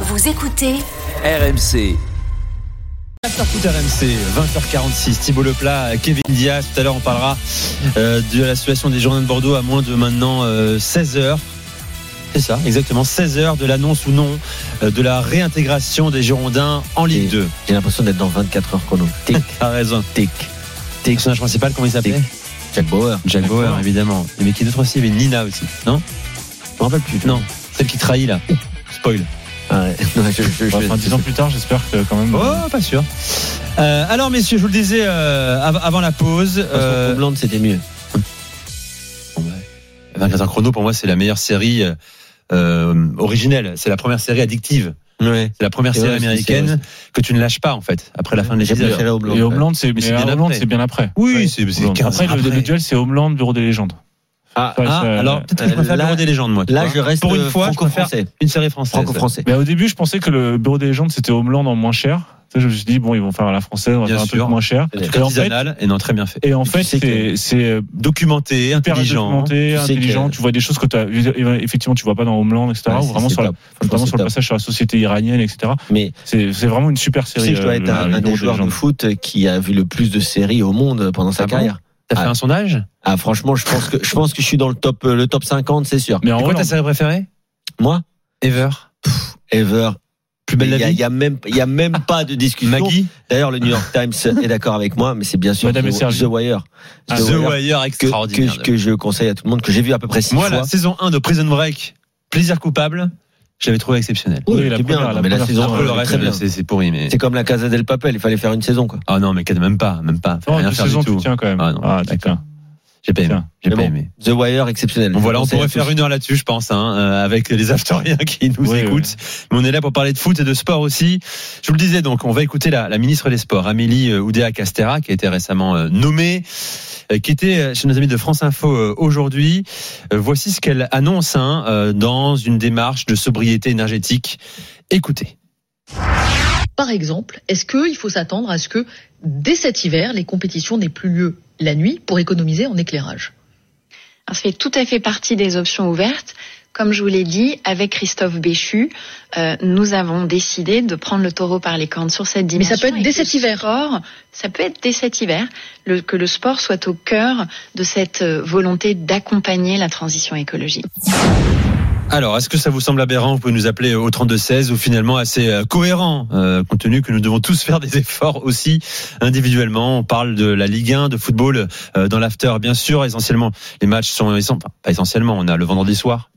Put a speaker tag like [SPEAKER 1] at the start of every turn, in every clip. [SPEAKER 1] Vous écoutez
[SPEAKER 2] RMC.
[SPEAKER 3] After Foot RMC, 20h46, Thibaut Leplat, Kevin Diaz. Tout à l'heure, on parlera euh, de la situation des journées de Bordeaux à moins de maintenant 16h. C'est ça, exactement 16h de l'annonce ou non euh, de la réintégration des Girondins en Ligue 2.
[SPEAKER 4] J'ai l'impression d'être dans 24 heures chrono. Tic,
[SPEAKER 3] T'as raison.
[SPEAKER 4] tic.
[SPEAKER 3] Tes personnages principal, comment il s'appelait
[SPEAKER 4] Jack Bauer.
[SPEAKER 3] Jack Bauer, évidemment. Mais qui d'autre aussi Il y avait Nina aussi, non
[SPEAKER 4] Je me rappelle plus.
[SPEAKER 3] Non, celle qui trahit là. Spoil.
[SPEAKER 4] Ah ouais. Non, je- je- je-
[SPEAKER 5] Enfin, dix ans plus tard, j'espère que quand même.
[SPEAKER 3] Oh, pas sûr. Euh, alors, messieurs, je vous le disais euh, av- avant la pause.
[SPEAKER 4] Vincent
[SPEAKER 3] euh,
[SPEAKER 4] Comblant, c'était mieux.
[SPEAKER 3] Bon, bah, 24 heures chrono, pour moi, c'est la meilleure série euh, euh, originelle. C'est la première série addictive.
[SPEAKER 4] Ouais.
[SPEAKER 3] C'est la première
[SPEAKER 4] C'est
[SPEAKER 3] série
[SPEAKER 4] vrai, c'est-
[SPEAKER 3] américaine que tu ne lâches pas, en fait après la fin de
[SPEAKER 4] J'ai
[SPEAKER 3] l'épisode.
[SPEAKER 4] plus la Oblong.
[SPEAKER 5] Et Homeland, c'est
[SPEAKER 3] Mais c'est
[SPEAKER 5] mais
[SPEAKER 3] bien
[SPEAKER 5] Homeland,
[SPEAKER 3] après.
[SPEAKER 5] c'est bien après.
[SPEAKER 3] Oui, c'est c'est
[SPEAKER 5] Homeland.
[SPEAKER 3] 15
[SPEAKER 5] après, le-
[SPEAKER 3] après.
[SPEAKER 5] Le, duel, c'est Homeland, Bureau des légendes.
[SPEAKER 4] Ah,
[SPEAKER 5] Ouais,
[SPEAKER 3] Ah,
[SPEAKER 5] ça-
[SPEAKER 3] alors peut-être que je préfère
[SPEAKER 4] Euh, là-
[SPEAKER 3] Bureau des légendes, moi. tu
[SPEAKER 4] Là,
[SPEAKER 3] vois.
[SPEAKER 4] je reste
[SPEAKER 3] pour une
[SPEAKER 4] euh,
[SPEAKER 3] fois, je préfère
[SPEAKER 4] franco-français.
[SPEAKER 3] une série française.
[SPEAKER 4] Franco-français.
[SPEAKER 5] Mais au début, je pensais que le Bureau des légendes, c'était Homeland en moins cher. Ça, je me suis dit, bon, ils vont faire à la française, on va
[SPEAKER 3] Bien
[SPEAKER 5] faire un
[SPEAKER 3] sûr.
[SPEAKER 5] truc moins cher.
[SPEAKER 4] Et en
[SPEAKER 5] fait-
[SPEAKER 3] Artisanal, et non, très bien fait.
[SPEAKER 5] Et en
[SPEAKER 4] tu
[SPEAKER 5] fait,
[SPEAKER 4] sais
[SPEAKER 5] c'est
[SPEAKER 4] que-
[SPEAKER 5] c'est
[SPEAKER 3] Documenté,
[SPEAKER 5] hyper
[SPEAKER 3] intelligent.
[SPEAKER 5] documenté,
[SPEAKER 4] Tu sais
[SPEAKER 5] intelligent.
[SPEAKER 4] que-
[SPEAKER 5] Tu vois des choses que tu eh ben, effectivement, tu vois pas dans Homeland, etc.
[SPEAKER 4] Ouais,
[SPEAKER 5] ou
[SPEAKER 4] c'est-
[SPEAKER 5] vraiment
[SPEAKER 4] c'est
[SPEAKER 5] sur, la,
[SPEAKER 4] top. Franchement,
[SPEAKER 5] notamment
[SPEAKER 4] c'est
[SPEAKER 5] sur le
[SPEAKER 4] top.
[SPEAKER 5] passage sur la société iranienne, etc.
[SPEAKER 4] Mais
[SPEAKER 5] C'est c'est vraiment une super
[SPEAKER 4] tu
[SPEAKER 5] série.
[SPEAKER 4] sais que je dois
[SPEAKER 5] euh,
[SPEAKER 4] être
[SPEAKER 5] le-
[SPEAKER 4] un,
[SPEAKER 5] le
[SPEAKER 4] un
[SPEAKER 5] Bureau
[SPEAKER 4] des joueurs de
[SPEAKER 5] légendes.
[SPEAKER 4] foot qui a vu le plus de séries au monde pendant sa
[SPEAKER 5] Ah bon
[SPEAKER 4] carrière.
[SPEAKER 3] T'as fait
[SPEAKER 4] Ah.
[SPEAKER 3] un sondage
[SPEAKER 4] Ah, franchement, je pense que je pense que je suis dans le top euh, le top 50, c'est sûr.
[SPEAKER 5] Mais en
[SPEAKER 3] C'est quoi
[SPEAKER 5] vrai,
[SPEAKER 3] ta série préférée
[SPEAKER 4] Moi,
[SPEAKER 3] Ever.
[SPEAKER 4] ever.
[SPEAKER 3] Plus belle
[SPEAKER 4] Il
[SPEAKER 3] la
[SPEAKER 4] y a,
[SPEAKER 3] vie
[SPEAKER 4] il y a même il y a même pas de discussion.
[SPEAKER 3] Maggie
[SPEAKER 4] D'ailleurs, le New York Times est d'accord avec moi, mais c'est bien sûr
[SPEAKER 5] Madame et
[SPEAKER 4] The,
[SPEAKER 5] Sergi.
[SPEAKER 4] The Wire.
[SPEAKER 5] Ah,
[SPEAKER 4] The
[SPEAKER 3] The
[SPEAKER 4] Wire
[SPEAKER 3] Wire
[SPEAKER 4] que,
[SPEAKER 3] extraordinaire.
[SPEAKER 4] que- que je conseille à tout le monde, que j'ai vu à peu près six
[SPEAKER 3] Moi,
[SPEAKER 4] fois.
[SPEAKER 3] la saison 1 de Prison Break, Plaisir coupable, je l'avais trouvé exceptionnelle.
[SPEAKER 5] Oui,
[SPEAKER 4] c'est
[SPEAKER 5] la
[SPEAKER 4] bien,
[SPEAKER 5] première,
[SPEAKER 4] non, mais la
[SPEAKER 5] première
[SPEAKER 4] saison
[SPEAKER 5] saison,
[SPEAKER 4] un,
[SPEAKER 3] Après, le
[SPEAKER 4] elle est
[SPEAKER 3] reste,
[SPEAKER 4] très bien.
[SPEAKER 3] c'est c'est pourri, mais.
[SPEAKER 4] C'est comme la Casa del Papel, il fallait faire une saison quoi.
[SPEAKER 3] Ah non, mais quatre, même pas, même
[SPEAKER 4] Oh,
[SPEAKER 3] pas. Faut
[SPEAKER 5] Non,
[SPEAKER 3] rien
[SPEAKER 5] deux
[SPEAKER 3] faire du
[SPEAKER 5] saisons, tu
[SPEAKER 3] tout.
[SPEAKER 5] tiens quand même.
[SPEAKER 3] Ah non,
[SPEAKER 5] Ah,
[SPEAKER 3] d'accord.
[SPEAKER 5] d'accord.
[SPEAKER 3] J'ai pas aimé.
[SPEAKER 5] Tiens.
[SPEAKER 3] J'ai
[SPEAKER 4] Mais
[SPEAKER 3] pas
[SPEAKER 4] bon.
[SPEAKER 3] aimé.
[SPEAKER 4] The Wire exceptionnel.
[SPEAKER 3] Bon,
[SPEAKER 4] Je
[SPEAKER 3] voilà, on
[SPEAKER 4] conseille à
[SPEAKER 3] pourrait
[SPEAKER 4] tous.
[SPEAKER 3] faire une heure là-dessus, je pense, hein, euh, avec les afteriens qui nous
[SPEAKER 5] Oui,
[SPEAKER 3] écoutent. Mais on est là pour parler de foot et de sport aussi. Je vous le disais, donc, on va écouter la, la ministre des Sports, Amélie euh, Oudéa-Castera, qui a été récemment euh, nommée, euh, qui était euh, chez nos amis de France Info euh, aujourd'hui. Euh, voici ce qu'elle annonce hein, euh, dans une démarche de sobriété énergétique. Écoutez.
[SPEAKER 6] Par exemple, est-ce qu'il faut s'attendre à ce que dès cet hiver, les compétitions n'aient plus lieu la nuit pour économiser en éclairage
[SPEAKER 7] Ça fait tout à fait partie des options ouvertes. Comme je vous l'ai dit, avec Christophe Béchu, euh, nous avons décidé de prendre le taureau par les cornes sur cette
[SPEAKER 6] Mais
[SPEAKER 7] dimension.
[SPEAKER 6] ça peut être
[SPEAKER 7] et
[SPEAKER 6] dès
[SPEAKER 7] que le
[SPEAKER 6] cet hiver.
[SPEAKER 7] sport- ça peut être dès cet hiver, le- que le sport soit au cœur de cette euh, volonté d'accompagner la transition écologique.
[SPEAKER 3] Alors, est-ce que ça vous semble aberrant Vous pouvez nous appeler au 3216 ou finalement assez euh, cohérent, euh, compte tenu que nous devons tous faire des efforts aussi individuellement. On parle de la Ligue 1, de football euh, dans l'after, bien sûr. Essentiellement, les matchs sont, ils sont enfin, pas essentiellement. On a le vendredi soir,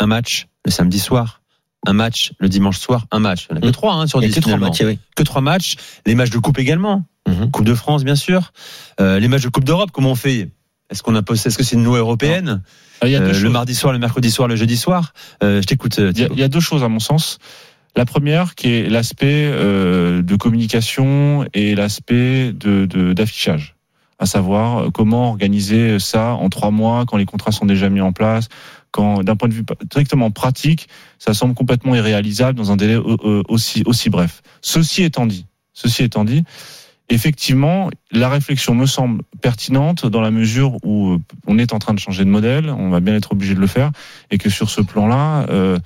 [SPEAKER 3] un match le samedi soir, un match le dimanche soir, un match. On a que
[SPEAKER 4] Mm.
[SPEAKER 3] trois hein, sur
[SPEAKER 4] Il y a
[SPEAKER 3] dix
[SPEAKER 4] que trois
[SPEAKER 3] finalement.
[SPEAKER 4] matchs, oui.
[SPEAKER 3] Que trois matchs. Les matchs de coupe également.
[SPEAKER 4] Mhm.
[SPEAKER 3] Coupe de France, bien sûr. Euh, les matchs de Coupe d'Europe, comment on fait Est-ce qu'on impose Est-ce que c'est une loi européenne
[SPEAKER 5] Ah, Il y a deux
[SPEAKER 3] euh, le
[SPEAKER 5] choses.
[SPEAKER 3] mardi soir, le mercredi soir, le jeudi soir. Euh, je t'écoute. euh,
[SPEAKER 5] Il y a-
[SPEAKER 3] Thibaut.
[SPEAKER 5] il y, a deux choses à mon sens. La première, qui est l'aspect euh, de communication et l'aspect de de- d'affichage, à savoir euh, comment organiser ça en trois mois quand les contrats sont déjà mis en place. Quand, d'un point de vue pa- strictement pratique, ça semble complètement irréalisable dans un délai au- au- aussi aussi bref. Ceci étant dit, ceci étant dit, effectivement, la réflexion me semble pertinente dans la mesure où euh, on est en train de changer de modèle, on va bien être obligé de le faire, et que sur ce plan-là, euh,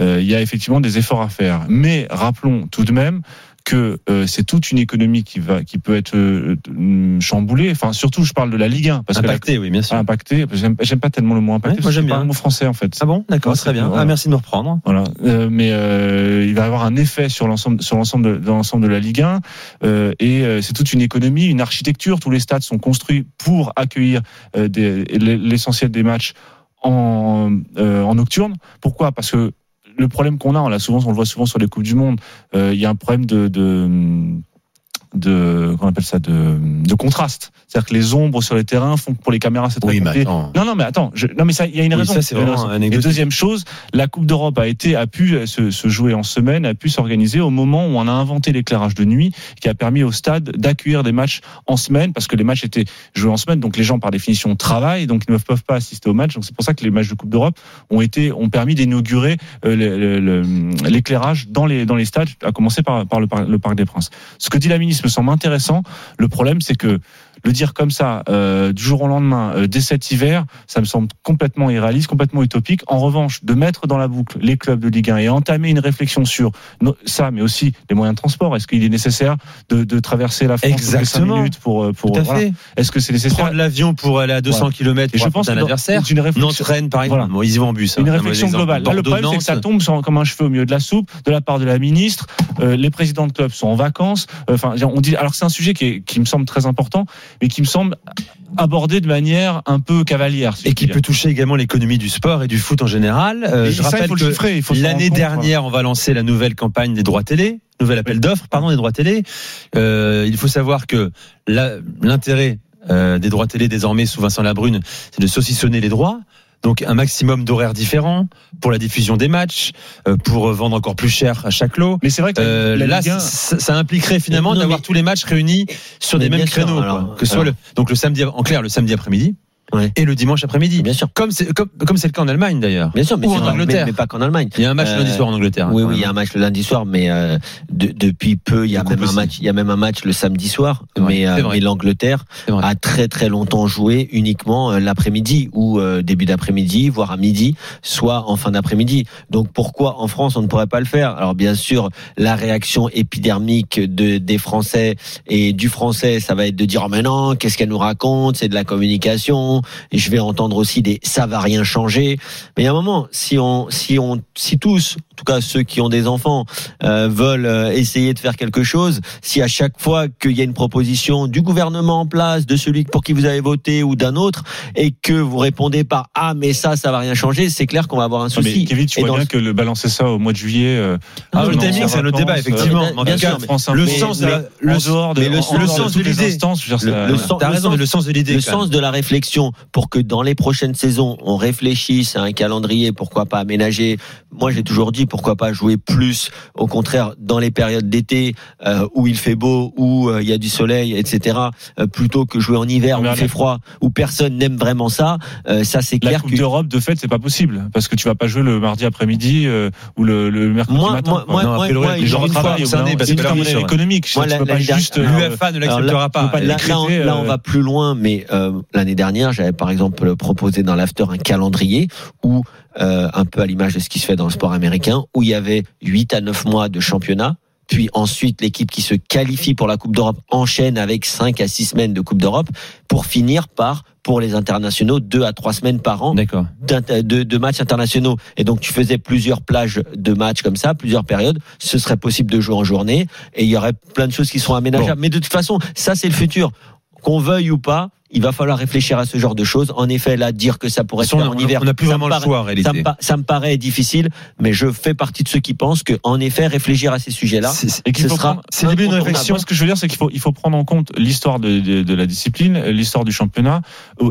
[SPEAKER 5] euh, il y a effectivement des efforts à faire. Mais rappelons tout de même que euh, c'est toute une économie qui va, qui peut être euh, euh, chamboulée. Enfin, surtout, je parle de la Ligue 1 parce
[SPEAKER 3] Impacté, oui, bien
[SPEAKER 5] que la,
[SPEAKER 3] sûr.
[SPEAKER 5] impactée. J'aime j'aime pas tellement le mot impacté.
[SPEAKER 3] Ouais, moi,
[SPEAKER 5] parce que
[SPEAKER 3] j'aime
[SPEAKER 5] c'est pas
[SPEAKER 3] bien.
[SPEAKER 5] un mot français en fait.
[SPEAKER 3] Ah bon, d'accord,
[SPEAKER 5] Ouais,
[SPEAKER 3] très
[SPEAKER 5] c'est-
[SPEAKER 3] bien.
[SPEAKER 5] voilà.
[SPEAKER 3] Ah, merci de me reprendre.
[SPEAKER 5] Voilà. Euh, mais euh, il va avoir un effet sur l'ensemble sur l'ensemble de, dans l'ensemble de la Ligue 1 euh, et euh, c'est toute une économie, une architecture. Tous les stades sont construits pour accueillir euh, des- l'essentiel des matchs en, euh, en nocturne. Pourquoi Parce que le problème qu'on a, on l'a souvent, on le voit souvent sur les coupes du monde. euh, Il y a un problème de, de de qu'on appelle ça de, de contraste, c'est-à-dire que les ombres sur les terrains font que pour les caméras c'est très compliqué.
[SPEAKER 3] attends.
[SPEAKER 5] Non, non, mais attends. je- Non, mais ça, il y a une
[SPEAKER 3] Oui,
[SPEAKER 5] raison.
[SPEAKER 3] ça, c'est
[SPEAKER 5] Il y a une
[SPEAKER 3] vraiment
[SPEAKER 5] raison.
[SPEAKER 3] anecdotique.
[SPEAKER 5] Et deuxième chose, la Coupe d'Europe a été, a pu euh, se, se jouer en semaine, a pu s'organiser au moment où on a inventé l'éclairage de nuit, qui a permis au stade d'accueillir des matchs en semaine, parce que les matchs étaient joués en semaine, donc les gens par définition travaillent, donc ils ne peuvent pas assister aux matchs. Donc c'est pour ça que les matchs de Coupe d'Europe ont été, ont permis d'inaugurer euh, le- le- le- l'éclairage dans les dans les stades, à commencer par par le, par le Parc des Princes. Ce que dit la ministre me semble intéressant. Le problème, c'est que le dire comme ça euh, du jour au lendemain euh, dès cet hiver, ça me semble complètement irréaliste, complètement utopique. En revanche, de mettre dans la boucle les clubs de Ligue 1 et entamer une réflexion sur no- ça, mais aussi les moyens de transport. Est-ce qu'il est nécessaire de, de traverser la France toutes les cinq
[SPEAKER 3] Exactement.
[SPEAKER 5] minutes pour euh, pour
[SPEAKER 3] Tout à
[SPEAKER 5] voilà.
[SPEAKER 3] fait.
[SPEAKER 5] Est-ce que c'est nécessaire
[SPEAKER 3] Prendre l'avion pour aller à 200 km
[SPEAKER 5] Et
[SPEAKER 3] pour
[SPEAKER 5] je
[SPEAKER 3] affronter
[SPEAKER 5] pense que
[SPEAKER 3] un
[SPEAKER 5] dans-
[SPEAKER 3] adversaire.
[SPEAKER 5] c'est une réflexion.
[SPEAKER 3] Nantes-Rennes, par exemple.
[SPEAKER 5] Voilà.
[SPEAKER 3] Bon, ils y vont en bus. hein.
[SPEAKER 5] Une
[SPEAKER 3] C'est un
[SPEAKER 5] réflexion
[SPEAKER 3] mauvais exemple.
[SPEAKER 5] globale. Là, le problème, c'est que ça
[SPEAKER 3] Bordeaux-Nantes.
[SPEAKER 5] tombe sans- comme un cheveu au milieu de la soupe de la part de la ministre. Euh, les présidents de clubs sont en vacances. Euh, Enfin, je veux dire, on dit. Alors que c'est un sujet qui, est- qui me semble très important, mais qui me semble abordé de manière un peu cavalière. si
[SPEAKER 3] Et qui
[SPEAKER 5] je puis dire.
[SPEAKER 3] peut toucher également l'économie du sport et du foot en général. Euh,
[SPEAKER 5] Et
[SPEAKER 3] je
[SPEAKER 5] ça,
[SPEAKER 3] rappelle
[SPEAKER 5] il faut
[SPEAKER 3] que
[SPEAKER 5] le chiffrer. il faut se rendre
[SPEAKER 3] L'année
[SPEAKER 5] compte, quoi.
[SPEAKER 3] dernière, on va lancer la nouvelle campagne des droits télé, nouvel appel d'offres, pardon, des droits télé. Euh, il faut savoir que la- l'intérêt euh, des droits télé désormais sous Vincent Labrune, c'est de saucissonner les droits. Donc un maximum d'horaires différents pour la diffusion des matchs, euh, pour vendre encore plus cher à chaque lot.
[SPEAKER 5] Mais c'est vrai que la-
[SPEAKER 3] Euh,
[SPEAKER 5] la
[SPEAKER 3] là,
[SPEAKER 5] Ligue 1
[SPEAKER 3] ça, ça impliquerait finalement
[SPEAKER 4] Non,
[SPEAKER 3] d'avoir
[SPEAKER 4] mais-
[SPEAKER 3] tous les matchs réunis sur
[SPEAKER 4] Mais
[SPEAKER 3] des mêmes
[SPEAKER 4] bien sûr,
[SPEAKER 3] créneaux, quoi.
[SPEAKER 4] alors,
[SPEAKER 3] que ce soit
[SPEAKER 4] alors.
[SPEAKER 3] le, donc le samedi en clair le samedi après-midi
[SPEAKER 4] Ouais.
[SPEAKER 3] et le dimanche après-midi.
[SPEAKER 4] Bien sûr.
[SPEAKER 3] Comme c'est comme comme c'est le cas en Allemagne d'ailleurs.
[SPEAKER 4] Bien sûr, mais,
[SPEAKER 3] Ou
[SPEAKER 4] c'est
[SPEAKER 3] en
[SPEAKER 4] mais-
[SPEAKER 3] Angleterre.
[SPEAKER 4] mais pas qu'en Allemagne.
[SPEAKER 3] Il y a un match
[SPEAKER 4] Euh,
[SPEAKER 3] lundi soir en Angleterre. hein,
[SPEAKER 4] Oui,
[SPEAKER 3] quand
[SPEAKER 4] oui,
[SPEAKER 3] même.
[SPEAKER 4] il y a un match le lundi soir, mais euh, de- depuis peu, il y a
[SPEAKER 3] Donc, on
[SPEAKER 4] même
[SPEAKER 3] peut
[SPEAKER 4] un
[SPEAKER 3] se-
[SPEAKER 4] match, il y a même un match le samedi soir,
[SPEAKER 3] C'est vrai,
[SPEAKER 4] mais,
[SPEAKER 3] c'est
[SPEAKER 4] euh,
[SPEAKER 3] vrai.
[SPEAKER 4] mais l'Angleterre
[SPEAKER 3] C'est vrai.
[SPEAKER 4] a très très longtemps joué uniquement euh, l'après-midi ou euh, début d'après-midi, voire à midi, soit en fin d'après-midi. Donc pourquoi en France on ne pourrait pas le faire Alors bien sûr, la réaction épidermique de des Français et du Français, ça va être de dire oh mais non, qu'est-ce qu'elle nous raconte C'est de la communication. Et je vais entendre aussi des ça va rien changer. Mais il y a un moment, si on, si on, si tous, en tout cas ceux qui ont des enfants, euh, veulent euh, essayer de faire quelque chose, si à chaque fois qu'il y a une proposition du gouvernement en place, de celui pour qui vous avez voté ou d'un autre, et que vous répondez par ah mais ça, ça va rien changer, c'est clair qu'on va avoir un
[SPEAKER 5] Non, Ah, mais
[SPEAKER 4] souci.
[SPEAKER 5] Kevin, tu
[SPEAKER 4] Et
[SPEAKER 5] vois
[SPEAKER 4] dans
[SPEAKER 5] bien
[SPEAKER 4] le-
[SPEAKER 5] que le balancer ça au mois de juillet. euh,
[SPEAKER 3] Ah,
[SPEAKER 5] non,
[SPEAKER 3] le timing,
[SPEAKER 5] en
[SPEAKER 3] c'est un autre
[SPEAKER 5] vacances,
[SPEAKER 3] débat,
[SPEAKER 5] euh,
[SPEAKER 3] effectivement.
[SPEAKER 4] bien-
[SPEAKER 3] Mais en
[SPEAKER 4] bien
[SPEAKER 3] tout
[SPEAKER 4] sûr,
[SPEAKER 3] cas,
[SPEAKER 4] mais-
[SPEAKER 5] France
[SPEAKER 3] le
[SPEAKER 5] Info,
[SPEAKER 3] sens
[SPEAKER 5] mais-
[SPEAKER 3] de la- le-
[SPEAKER 5] en dehors de,
[SPEAKER 4] mais le
[SPEAKER 5] en
[SPEAKER 4] sens-
[SPEAKER 5] dehors
[SPEAKER 3] le
[SPEAKER 5] de
[SPEAKER 3] sens
[SPEAKER 5] toutes
[SPEAKER 3] de
[SPEAKER 5] les
[SPEAKER 3] l'idée.
[SPEAKER 5] instances, je veux dire,
[SPEAKER 4] Le-
[SPEAKER 5] ça-
[SPEAKER 4] le
[SPEAKER 5] voilà.
[SPEAKER 4] sens-
[SPEAKER 3] euh, T'as raison, mais le sens de l'idée.
[SPEAKER 4] le
[SPEAKER 3] quand même.
[SPEAKER 4] sens de la réflexion pour que dans les prochaines saisons, on réfléchisse à un calendrier, pourquoi pas aménager. Moi, j'ai toujours dit pourquoi pas jouer plus, au contraire, dans les périodes d'été euh, où il fait beau, où euh, il y a du soleil, etc., euh, plutôt que jouer en hiver
[SPEAKER 5] Non,
[SPEAKER 4] où
[SPEAKER 5] mais
[SPEAKER 4] il fait
[SPEAKER 5] la-
[SPEAKER 4] froid, où personne n'aime vraiment ça. Euh, ça, c'est
[SPEAKER 5] La
[SPEAKER 4] clair
[SPEAKER 5] Coupe
[SPEAKER 4] que.
[SPEAKER 5] d'Europe, de fait, c'est pas possible parce que tu vas pas jouer le mardi après-midi euh, ou le, le mercredi
[SPEAKER 4] Moi-
[SPEAKER 5] matin.
[SPEAKER 4] moi-
[SPEAKER 5] quoi.
[SPEAKER 4] moi-
[SPEAKER 3] Non, a priori, les
[SPEAKER 4] une
[SPEAKER 5] Genre
[SPEAKER 3] gens
[SPEAKER 5] de
[SPEAKER 4] fois,
[SPEAKER 5] travail,
[SPEAKER 3] c'est un
[SPEAKER 5] non,
[SPEAKER 3] nez, parce
[SPEAKER 5] c'est
[SPEAKER 3] que
[SPEAKER 5] une
[SPEAKER 3] là, on est
[SPEAKER 5] terminale
[SPEAKER 3] sur-
[SPEAKER 5] économique.
[SPEAKER 4] Moi,
[SPEAKER 5] tu
[SPEAKER 4] la-
[SPEAKER 5] peux pas
[SPEAKER 4] l'année
[SPEAKER 5] juste.
[SPEAKER 4] dernière-
[SPEAKER 5] euh,
[SPEAKER 3] L'UEFA ne
[SPEAKER 4] Alors
[SPEAKER 3] l'acceptera pas.
[SPEAKER 5] pas
[SPEAKER 3] Elle
[SPEAKER 4] Là,
[SPEAKER 3] est
[SPEAKER 4] là, on,
[SPEAKER 5] décrété,
[SPEAKER 4] là, on
[SPEAKER 5] euh,
[SPEAKER 4] va plus loin, mais euh, l'année dernière, j'avais par exemple proposé dans l'after un calendrier où, euh, un peu à l'image de ce qui se fait dans le sport américain, où il y avait 8 à 9 mois de championnat. Puis ensuite, l'équipe qui se qualifie pour la Coupe d'Europe enchaîne avec 5 à 6 semaines de Coupe d'Europe pour finir par, pour les internationaux, 2 à 3 semaines par an
[SPEAKER 3] D'accord.
[SPEAKER 4] d'inter- de, de matchs internationaux. Et donc, tu faisais plusieurs plages de matchs comme ça, plusieurs périodes. Ce serait possible de jouer en journée et il y aurait plein de choses qui seront aménageables. Mais de toute façon, ça, c'est le futur. Qu'on veuille ou pas, il va falloir réfléchir à ce genre de choses. En effet, là, dire que ça pourrait
[SPEAKER 3] Parce
[SPEAKER 4] se faire
[SPEAKER 3] qu'on-
[SPEAKER 4] en hiver.
[SPEAKER 3] On n'a plus
[SPEAKER 4] ça
[SPEAKER 3] vraiment
[SPEAKER 4] me
[SPEAKER 3] le
[SPEAKER 4] paraît-
[SPEAKER 3] choix en
[SPEAKER 4] Ça me,
[SPEAKER 3] réalité.
[SPEAKER 4] pa- ça me paraît difficile, mais je fais partie de ceux qui pensent que, en effet, réfléchir à ces sujets-là,
[SPEAKER 3] C'est- c'est-
[SPEAKER 5] Et qu'il
[SPEAKER 4] ce
[SPEAKER 5] faut
[SPEAKER 4] sera
[SPEAKER 5] prendre-
[SPEAKER 3] C'est le début d'une
[SPEAKER 5] Moi,
[SPEAKER 3] réflexion.
[SPEAKER 5] Ce que je veux dire, c'est qu'il faut, il faut prendre en compte l'histoire de, de- de la discipline, l'histoire du championnat.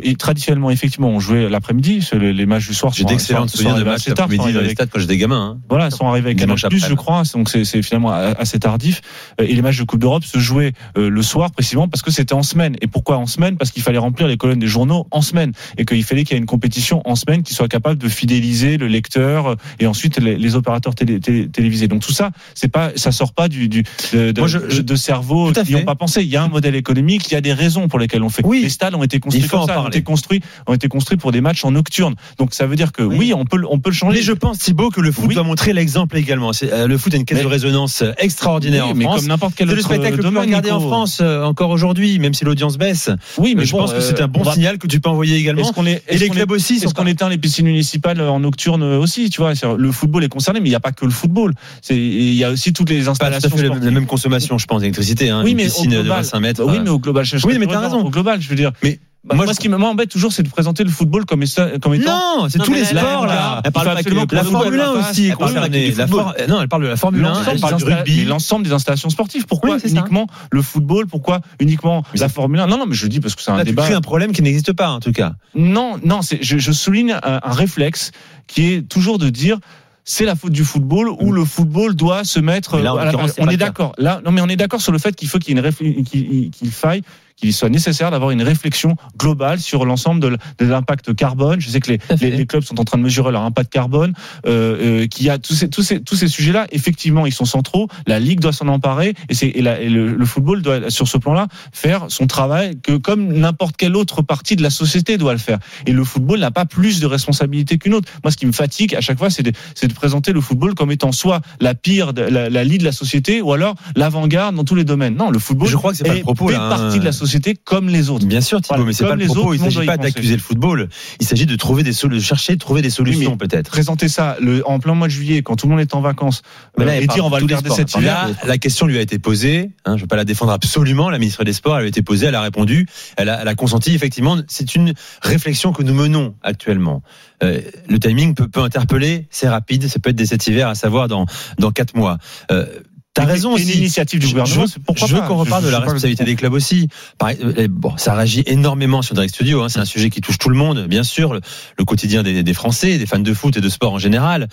[SPEAKER 5] Et traditionnellement, effectivement, on jouait l'après-midi, parce que les les matchs du soir.
[SPEAKER 3] J'ai
[SPEAKER 5] sont-
[SPEAKER 3] d'excellents
[SPEAKER 5] sont-
[SPEAKER 3] souvenirs de
[SPEAKER 5] sont arrivés
[SPEAKER 3] matchs
[SPEAKER 5] assez tard, sont
[SPEAKER 3] l'après-midi dans
[SPEAKER 5] arrivés
[SPEAKER 3] les
[SPEAKER 5] avec-
[SPEAKER 3] stades quand j'étais gamin. hein.
[SPEAKER 5] Voilà, sont arrivés avec
[SPEAKER 3] Dimanche
[SPEAKER 5] Canal Plus,
[SPEAKER 3] après,
[SPEAKER 5] je
[SPEAKER 3] là.
[SPEAKER 5] crois. Donc c'est c'est finalement assez tardif. Euh, Et les matchs de Coupe d'Europe se jouaient euh, le soir précisément parce que c'était en semaine. Et pourquoi en semaine Parce qu'il fallait remplir les colonnes des journaux en semaine et qu'il fallait qu'il y ait une compétition en semaine qui soit capable de fidéliser le lecteur euh, et ensuite les, les opérateurs télé- télé- télévisés. Donc tout ça, c'est pas, ça sort pas du, du de, de,
[SPEAKER 3] Moi, je-
[SPEAKER 5] de-
[SPEAKER 3] je-
[SPEAKER 5] de cerveau
[SPEAKER 3] Tout à
[SPEAKER 5] qui n'y ont
[SPEAKER 3] fait.
[SPEAKER 5] pas pensé. Il y a un modèle économique, il y a des raisons pour lesquelles on fait.
[SPEAKER 3] Oui.
[SPEAKER 5] Les stades ont été construits
[SPEAKER 3] Il faut
[SPEAKER 5] comme
[SPEAKER 3] en
[SPEAKER 5] ça, ont
[SPEAKER 3] parler.
[SPEAKER 5] été construits, ont été construits pour des matchs en nocturne. Donc ça veut dire que oui, on peut, le- on peut le changer.
[SPEAKER 3] Mais je pense, Thibaut, que le foot
[SPEAKER 5] Oui.
[SPEAKER 3] doit montrer l'exemple également. C'est, euh, le foot a une caisse
[SPEAKER 5] Mais-
[SPEAKER 3] de résonance euh, extraordinaire
[SPEAKER 5] Oui,
[SPEAKER 3] en
[SPEAKER 5] mais
[SPEAKER 3] France.
[SPEAKER 5] comme n'importe quel
[SPEAKER 3] C'est le
[SPEAKER 5] autre
[SPEAKER 3] spectacle le plus
[SPEAKER 5] domaine,
[SPEAKER 3] regardé en
[SPEAKER 5] Nico.
[SPEAKER 3] France euh, encore aujourd'hui, même si l'audience baisse.
[SPEAKER 5] Oui, euh,
[SPEAKER 3] Mais je pense que c'est un bon signal que tu peux envoyer également.
[SPEAKER 5] Est-ce qu'on est,
[SPEAKER 3] Et
[SPEAKER 5] est-ce
[SPEAKER 3] les
[SPEAKER 5] qu'on
[SPEAKER 3] clubs
[SPEAKER 5] est-
[SPEAKER 3] aussi
[SPEAKER 5] est-ce
[SPEAKER 3] sont
[SPEAKER 5] qu'on éteint les piscines municipales en nocturne aussi, tu vois C'est-à-dire, Le football est concerné, mais il n'y a pas que le football. C'est- Il y a aussi toutes
[SPEAKER 3] pas
[SPEAKER 5] les
[SPEAKER 3] Ah, tout à
[SPEAKER 5] installations.
[SPEAKER 3] fait la même- la
[SPEAKER 5] sportives.
[SPEAKER 3] même consommation, je pense, d'électricité. Hein,
[SPEAKER 5] Oui,
[SPEAKER 3] une
[SPEAKER 5] mais au
[SPEAKER 3] piscine de
[SPEAKER 5] global-
[SPEAKER 3] 25 mètres.
[SPEAKER 5] Bah oui,
[SPEAKER 3] euh,
[SPEAKER 5] mais au global. je- je
[SPEAKER 3] Oui,
[SPEAKER 5] te
[SPEAKER 3] mais t'as
[SPEAKER 5] rejoins,
[SPEAKER 3] raison.
[SPEAKER 5] Au global, je veux dire.
[SPEAKER 3] Mais
[SPEAKER 5] Bah,
[SPEAKER 3] moi,
[SPEAKER 5] moi,
[SPEAKER 3] je-
[SPEAKER 5] ce qui m'embête toujours, c'est de présenter le football comme, est- comme étant.
[SPEAKER 3] Non, c'est
[SPEAKER 4] Non,
[SPEAKER 3] tous
[SPEAKER 4] mais
[SPEAKER 3] les
[SPEAKER 4] là,
[SPEAKER 3] sports
[SPEAKER 4] là,
[SPEAKER 3] là.
[SPEAKER 4] elle parle
[SPEAKER 3] Il faut
[SPEAKER 4] pas que-
[SPEAKER 3] absolument que
[SPEAKER 4] la
[SPEAKER 3] la Formule
[SPEAKER 4] Formule
[SPEAKER 3] 1
[SPEAKER 4] 1
[SPEAKER 3] aussi est
[SPEAKER 4] elle parle pas que
[SPEAKER 3] concernée.
[SPEAKER 4] du
[SPEAKER 3] La
[SPEAKER 4] football.
[SPEAKER 3] for- Non, elle parle de la Formule 1, elle
[SPEAKER 5] L'ensemble
[SPEAKER 3] parle
[SPEAKER 5] des
[SPEAKER 3] du
[SPEAKER 5] insta- mais
[SPEAKER 3] rugby.
[SPEAKER 5] l'ensemble des installations sportives. Pourquoi
[SPEAKER 3] Oui, c'est ça.
[SPEAKER 5] uniquement le football Pourquoi uniquement
[SPEAKER 3] Mais
[SPEAKER 5] la
[SPEAKER 3] c'est-
[SPEAKER 5] Formule 1 Non, non, mais je dis parce que c'est un
[SPEAKER 3] Là, tu
[SPEAKER 5] débat.
[SPEAKER 3] crées un problème qui n'existe pas en tout cas.
[SPEAKER 5] Non, non, c'est, je, je souligne un, un réflexe qui est toujours de dire c'est la faute du football ou le football doit se mettre.
[SPEAKER 4] Mais là, en
[SPEAKER 5] à la-
[SPEAKER 4] l'occurrence, c'est
[SPEAKER 5] on
[SPEAKER 4] pas
[SPEAKER 5] est
[SPEAKER 4] le cas.
[SPEAKER 5] d'accord. Là, non, mais on est d'accord sur le fait qu'il faut qu'il y ait une réfl- qu'il, qu'il faille qu'il soit nécessaire d'avoir une réflexion globale sur l'ensemble de, l- de l'impact carbone. Je sais que les,
[SPEAKER 3] à fait.
[SPEAKER 5] les, les clubs sont en train de mesurer leur impact carbone, euh, euh, qu'il y a tous ces, tous ces, tous ces sujets-là. Effectivement, ils sont centraux. La Ligue doit s'en emparer et, c'est, et, la- et le, le football doit, sur ce plan-là, faire son travail que comme n'importe quelle autre partie de la société doit le faire. Et le football n'a pas plus de responsabilité qu'une autre. Moi, ce qui me fatigue à chaque fois, c'est de, c'est de présenter le football comme étant soit la pire, de- la, la lie de la société ou alors l'avant-garde dans tous les domaines. Non, le football
[SPEAKER 3] Je crois que c'est pas le
[SPEAKER 5] est-
[SPEAKER 3] propos,
[SPEAKER 5] fait
[SPEAKER 3] là, hein.
[SPEAKER 5] partie de la société comme les autres.
[SPEAKER 3] Bien sûr, Thibaut,
[SPEAKER 5] Voilà,
[SPEAKER 3] mais c'est
[SPEAKER 5] comme
[SPEAKER 3] pas le
[SPEAKER 5] les
[SPEAKER 3] propos.
[SPEAKER 5] autres,
[SPEAKER 3] il
[SPEAKER 5] nous, on
[SPEAKER 3] s'agit
[SPEAKER 5] doit y
[SPEAKER 3] pas
[SPEAKER 5] penser.
[SPEAKER 3] d'accuser le football. Il s'agit de trouver des solutions, de chercher, de trouver des solutions peut-être.
[SPEAKER 5] Présenter ça le, en plein mois de juillet, quand tout le monde est en vacances,
[SPEAKER 4] Mais là,
[SPEAKER 5] euh,
[SPEAKER 4] elle
[SPEAKER 5] et
[SPEAKER 4] parle
[SPEAKER 5] dire on va
[SPEAKER 4] de
[SPEAKER 5] le
[SPEAKER 4] tous les
[SPEAKER 5] garder
[SPEAKER 4] sports,
[SPEAKER 5] cet
[SPEAKER 4] elle parle
[SPEAKER 5] hiver,
[SPEAKER 3] Là, la question lui a été posée. Hein, je ne vais pas la défendre absolument. La ministre des Sports, elle lui a été posée, elle a répondu, elle a, elle a consenti. Effectivement, c'est une réflexion que nous menons actuellement. Euh, le timing peut, peut interpeller. C'est rapide. Ça peut être dès cet hiver, à savoir dans dans quatre mois. Euh, T'as
[SPEAKER 5] Et-
[SPEAKER 3] raison
[SPEAKER 5] et une
[SPEAKER 3] aussi.
[SPEAKER 5] initiative du
[SPEAKER 3] Je-
[SPEAKER 5] gouvernement,
[SPEAKER 3] je veux-
[SPEAKER 5] c'est pourquoi
[SPEAKER 3] je veux
[SPEAKER 5] pas.
[SPEAKER 3] qu'on
[SPEAKER 5] Je-
[SPEAKER 3] reparle
[SPEAKER 5] je
[SPEAKER 3] de la
[SPEAKER 5] sais pas, je
[SPEAKER 3] responsabilité
[SPEAKER 5] comprends.
[SPEAKER 3] des clubs aussi. Pareil, euh, bon, ça réagit énormément sur Direct Studio. hein, c'est un sujet qui touche tout le monde, bien sûr, le, le quotidien des, des Français, des fans de foot et de sport en général.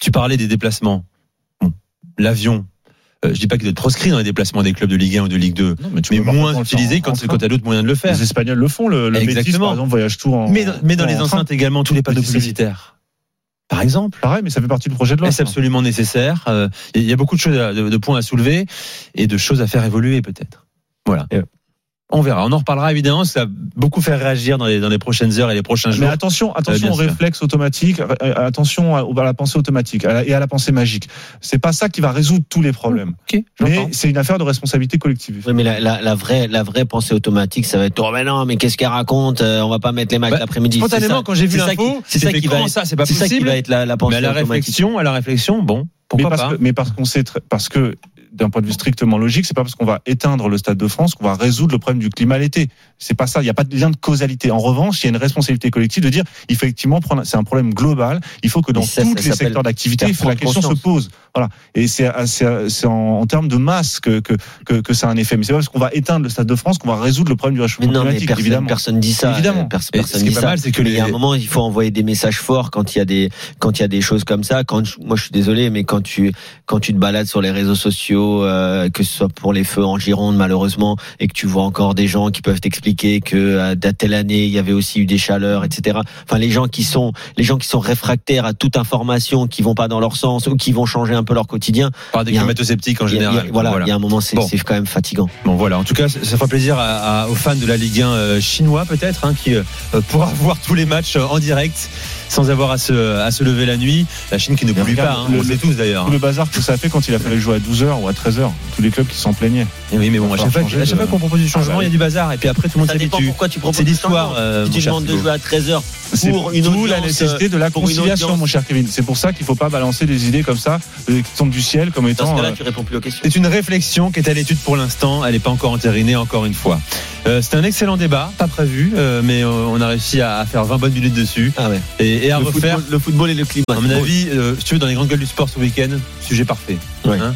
[SPEAKER 3] Tu parlais des déplacements, Bon, l'avion. Euh, je dis pas qu'il doit être proscrit dans les déplacements des clubs de Ligue 1 ou de Ligue 2,
[SPEAKER 5] Non, mais, tu
[SPEAKER 3] mais
[SPEAKER 5] peux voir
[SPEAKER 3] moins
[SPEAKER 5] dans le
[SPEAKER 3] utilisé
[SPEAKER 5] temps, en
[SPEAKER 3] quand c'est
[SPEAKER 5] train.
[SPEAKER 3] quand t'as d'autres moyens de le faire.
[SPEAKER 5] Les Espagnols le font, le, le Betis,
[SPEAKER 3] Exactement.
[SPEAKER 5] par exemple, voyage tout en.
[SPEAKER 3] Mais dans, mais dans
[SPEAKER 5] en
[SPEAKER 3] les
[SPEAKER 5] train.
[SPEAKER 3] enceintes également tous les panneaux
[SPEAKER 5] Multiservice.
[SPEAKER 3] publicitaires, par exemple.
[SPEAKER 5] Pareil, mais ça fait partie du projet de loi.
[SPEAKER 3] Est-ce
[SPEAKER 5] ça.
[SPEAKER 3] absolument nécessaire Euh, Il y a beaucoup de choses, à- de, de points à soulever et de choses à faire évoluer peut-être. Voilà.
[SPEAKER 4] Et-
[SPEAKER 3] On verra. On en reparlera évidemment. Ça va beaucoup faire réagir dans les, dans les prochaines heures et les prochains
[SPEAKER 5] Mais
[SPEAKER 3] jours.
[SPEAKER 5] attention,
[SPEAKER 3] Euh,
[SPEAKER 5] attention
[SPEAKER 3] bien
[SPEAKER 5] au
[SPEAKER 3] sûr.
[SPEAKER 5] réflexe automatique, euh, attention à, à la pensée automatique à la- et à la pensée magique. C'est pas ça qui va résoudre tous les problèmes.
[SPEAKER 3] Ok,
[SPEAKER 5] Mais c'est une affaire de responsabilité collective.
[SPEAKER 4] Oui, mais la, la, la vraie, la vraie pensée automatique, ça va être oh mais non, mais qu'est-ce qu'elle raconte Euh, On va pas mettre les matchs
[SPEAKER 3] Bah,
[SPEAKER 4] l'après-midi. C'est
[SPEAKER 3] Spontanément,
[SPEAKER 4] ça-
[SPEAKER 3] quand j'ai vu
[SPEAKER 4] c'est ça
[SPEAKER 3] l'info,
[SPEAKER 4] qui- c'est ça
[SPEAKER 3] j'ai fait,
[SPEAKER 4] qui va
[SPEAKER 3] comment
[SPEAKER 4] être-
[SPEAKER 3] ça, c'est pas
[SPEAKER 4] c'est ça qui
[SPEAKER 3] possible.
[SPEAKER 4] va être la, la
[SPEAKER 3] Mais
[SPEAKER 4] pensée
[SPEAKER 3] à la
[SPEAKER 4] automatique.
[SPEAKER 3] réflexion, à la réflexion, bon, pourquoi
[SPEAKER 5] mais parce
[SPEAKER 3] pas
[SPEAKER 5] que, mais parce qu'on sait, très- parce que d'un point de vue strictement logique, c'est pas parce qu'on va éteindre le Stade de France qu'on va résoudre le problème du climat l'été. C'est pas ça. Il n'y a pas de lien de causalité. En revanche, il y a une responsabilité collective de dire, effectivement, prendre- c'est un problème global. Il faut que dans
[SPEAKER 4] Mais ça, ça
[SPEAKER 5] tous les
[SPEAKER 4] s'appelle
[SPEAKER 5] secteurs d'activité,
[SPEAKER 4] faire
[SPEAKER 5] il faut que la
[SPEAKER 4] prendre
[SPEAKER 5] question se pose. Voilà. Et c'est, c'est, c'est en, en termes de masse que, que, que, que ça a un effet. Mais c'est pas parce qu'on va éteindre le Stade de France qu'on va résoudre le problème du
[SPEAKER 4] Mais
[SPEAKER 5] réchauffement
[SPEAKER 4] non, mais
[SPEAKER 5] climatique,
[SPEAKER 4] personne,
[SPEAKER 5] évidemment.
[SPEAKER 4] personne dit ça.
[SPEAKER 5] Évidemment.
[SPEAKER 4] Euh, pers-
[SPEAKER 3] Et
[SPEAKER 4] Personne
[SPEAKER 3] ce qui
[SPEAKER 4] dit
[SPEAKER 3] est pas
[SPEAKER 4] ça.
[SPEAKER 3] mal, c'est que
[SPEAKER 4] Mais il y a un
[SPEAKER 3] les-
[SPEAKER 4] moment, il faut envoyer des messages forts quand il y a des quand il y a des choses comme ça. Quand je- moi, je suis désolé, mais quand tu quand tu te balades sur les réseaux sociaux, euh, que ce soit pour les feux en Gironde malheureusement, et que tu vois encore des gens qui peuvent t'expliquer que euh, d'à telle année il y avait aussi eu des chaleurs, etc. Enfin, les gens qui sont les gens qui sont réfractaires à toute information, qui vont pas dans leur sens ou qui vont changer un peu leur quotidien.
[SPEAKER 3] Par des
[SPEAKER 4] il y a un-
[SPEAKER 3] climato-sceptiques en
[SPEAKER 4] il y a-
[SPEAKER 3] général.
[SPEAKER 4] il y a- voilà, il y a un moment, c'est
[SPEAKER 3] Bon.
[SPEAKER 4] c'est quand même fatigant.
[SPEAKER 3] Bon voilà, en tout cas, ça ça fera plaisir à- à- aux fans de la Ligue 1 euh, chinois peut-être, hein, qui euh, pourra voir tous les matchs euh, en direct sans avoir à se, à se lever la nuit. La Chine qui ne
[SPEAKER 5] Mais
[SPEAKER 3] pollue pas,
[SPEAKER 5] regarde,
[SPEAKER 3] hein,
[SPEAKER 5] le-
[SPEAKER 3] on le sait
[SPEAKER 5] le-
[SPEAKER 3] tous d'ailleurs.
[SPEAKER 5] Tout le bazar que ça a fait quand il a fallu jouer à 12h ou à 13h. Tous les clubs qui s'en plaignaient.
[SPEAKER 3] Eh Oui, mais bon, à chaque fois,
[SPEAKER 5] changer
[SPEAKER 3] à chaque
[SPEAKER 5] de-
[SPEAKER 4] euh,
[SPEAKER 5] Ah bah
[SPEAKER 3] fois qu'on propose du
[SPEAKER 4] bah
[SPEAKER 3] changement, il y a du bazar et puis après tout le monde s'habitue.
[SPEAKER 4] pourquoi tu
[SPEAKER 3] C'est l'histoire. euh,
[SPEAKER 4] Si
[SPEAKER 3] mon
[SPEAKER 4] tu
[SPEAKER 3] cher
[SPEAKER 4] demandes de
[SPEAKER 3] Thibaut.
[SPEAKER 4] jouer à 13h
[SPEAKER 5] C'est
[SPEAKER 4] pour une
[SPEAKER 5] d'où la
[SPEAKER 4] audience,
[SPEAKER 5] nécessité de la
[SPEAKER 4] pour une
[SPEAKER 5] conciliation,
[SPEAKER 4] audience.
[SPEAKER 5] mon cher Kevin. C'est pour ça qu'il ne faut pas balancer des idées comme ça, euh, qui tombent du ciel, comme
[SPEAKER 4] Dans ce
[SPEAKER 5] étant.
[SPEAKER 4] cas-là,
[SPEAKER 5] euh,
[SPEAKER 4] tu réponds plus aux questions.
[SPEAKER 3] C'est une réflexion qui est à l'étude pour l'instant. Elle n'est pas encore entérinée, encore une fois. Euh, C'était un excellent débat, pas prévu, euh, mais euh, on a réussi à, à faire 20 bonnes minutes dessus
[SPEAKER 4] Ah ouais.
[SPEAKER 3] et, et à
[SPEAKER 4] le,
[SPEAKER 3] refaire.
[SPEAKER 4] football, le football et le climat.
[SPEAKER 3] À mon avis, euh, si tu veux, dans les grandes gueules du sport ce week-end, sujet parfait.
[SPEAKER 4] Ouais.
[SPEAKER 3] Hein